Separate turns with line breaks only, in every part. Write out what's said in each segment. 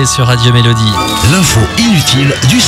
Et sur Radio Mélodie.
L'info inutile du 16-20.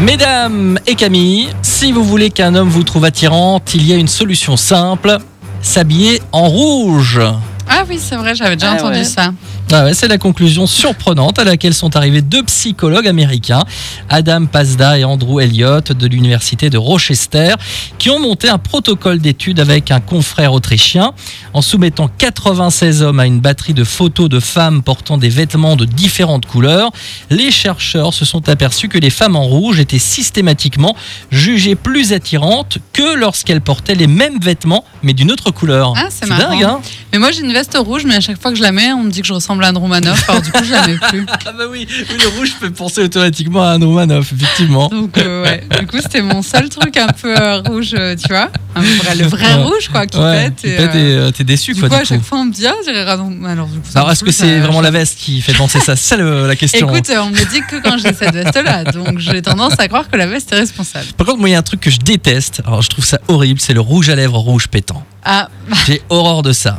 Mesdames et Camille, si vous voulez qu'un homme vous trouve attirante, il y a une solution simple s'habiller en rouge.
Ah oui, c'est vrai, j'avais déjà
Ah
entendu
ouais.
ça.
Ah ouais, c'est la conclusion surprenante à laquelle sont arrivés deux psychologues américains, Adam Pazda et Andrew Elliott de l'université de Rochester, qui ont monté un protocole d'étude avec un confrère autrichien. En soumettant 96 hommes à une batterie de photos de femmes portant des vêtements de différentes couleurs, les chercheurs se sont aperçus que les femmes en rouge étaient systématiquement jugées plus attirantes que lorsqu'elles portaient les mêmes vêtements mais d'une autre couleur.
Ah, c'est marrant.
dingue, hein
Mais moi, j'ai une veste rouge, mais à chaque fois que je la mets, on me dit que je ressemble à un Romanov. Alors, du coup, je la mets plus.
Ah bah oui, oui, le rouge fait penser automatiquement à un Romanoff, effectivement.
Donc, euh, ouais. Du coup, c'était mon seul truc un peu euh, rouge, euh, tu vois. Un vrai- le vrai
Ouais.
rouge, quoi, qui
Ouais,
pète.
qui
Et,
pète
euh,
et, euh, t'es déçu
du
quoi
coup, à
du
chaque
coup.
fois, on me dit, ah, dirait Radon. Mais Alors, du coup, ça
Alors
me
est-ce que
saoule,
c'est
ça-
vraiment la veste qui fait penser ça C'est ça le- la question.
Écoute, euh, on me dit que quand j'ai cette veste-là, donc j'ai tendance à croire que la veste est responsable.
Par contre, moi, il y a un truc que je déteste. Alors, je trouve ça horrible. C'est le rouge à lèvres rouge pétant.
Ah,
J'ai horreur de ça.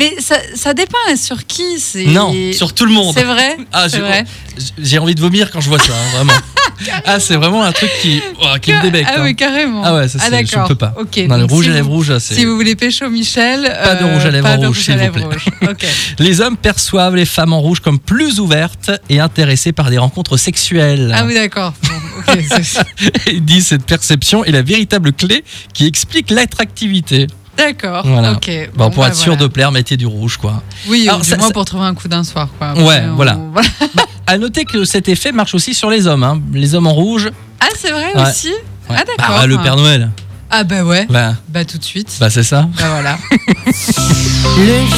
mais ça, ça dépend hein, sur qui c'est.
Non, sur tout le monde.
C'est vrai.
Ah,
c'est
j'ai-
vrai.
J'ai envie de vomir quand je vois ça, hein, vraiment. ah, c'est vraiment un truc qui, oh, qui me débecte.
Ah
hein.
oui, carrément.
Ah ouais, ça, c'est- je
d'accord.
peux pas.
Ok.
Non, le
donc
rouge
si
à lèvres
vous-
rouge, là, c'est.
Si vous voulez pécho Michel, euh,
Pas de rouge à lèvres
pas de
rouge,
rouge
s'il
à
vous
lèvres
plaît.
rouges. Ok.
Les hommes perçoivent les femmes en rouge comme plus ouvertes et intéressées par des rencontres sexuelles.
Ah oui, d'accord. Bon, ok, c'est-
Il dit cette perception est la véritable clé qui explique l'attractivité.
D'accord.
Voilà.
Ok.
Bon, pour
bah,
être sûr
voilà.
de plaire, mettez du rouge, quoi.
Oui,
Alors,
ou du
ça-
moins
ça-
pour trouver un coup d'un soir, quoi.
Ouais,
Après, on-
voilà. À noter que cet effet marche aussi sur les hommes. hein. Les hommes en rouge.
Ah, c'est vrai
Ouais.
aussi.
ouais.
Ah, d'accord.
Bah, le Père Noël.
Ah bah ouais.
Bah,
Bah tout de suite.
bah c'est ça.
Bah voilà.
Le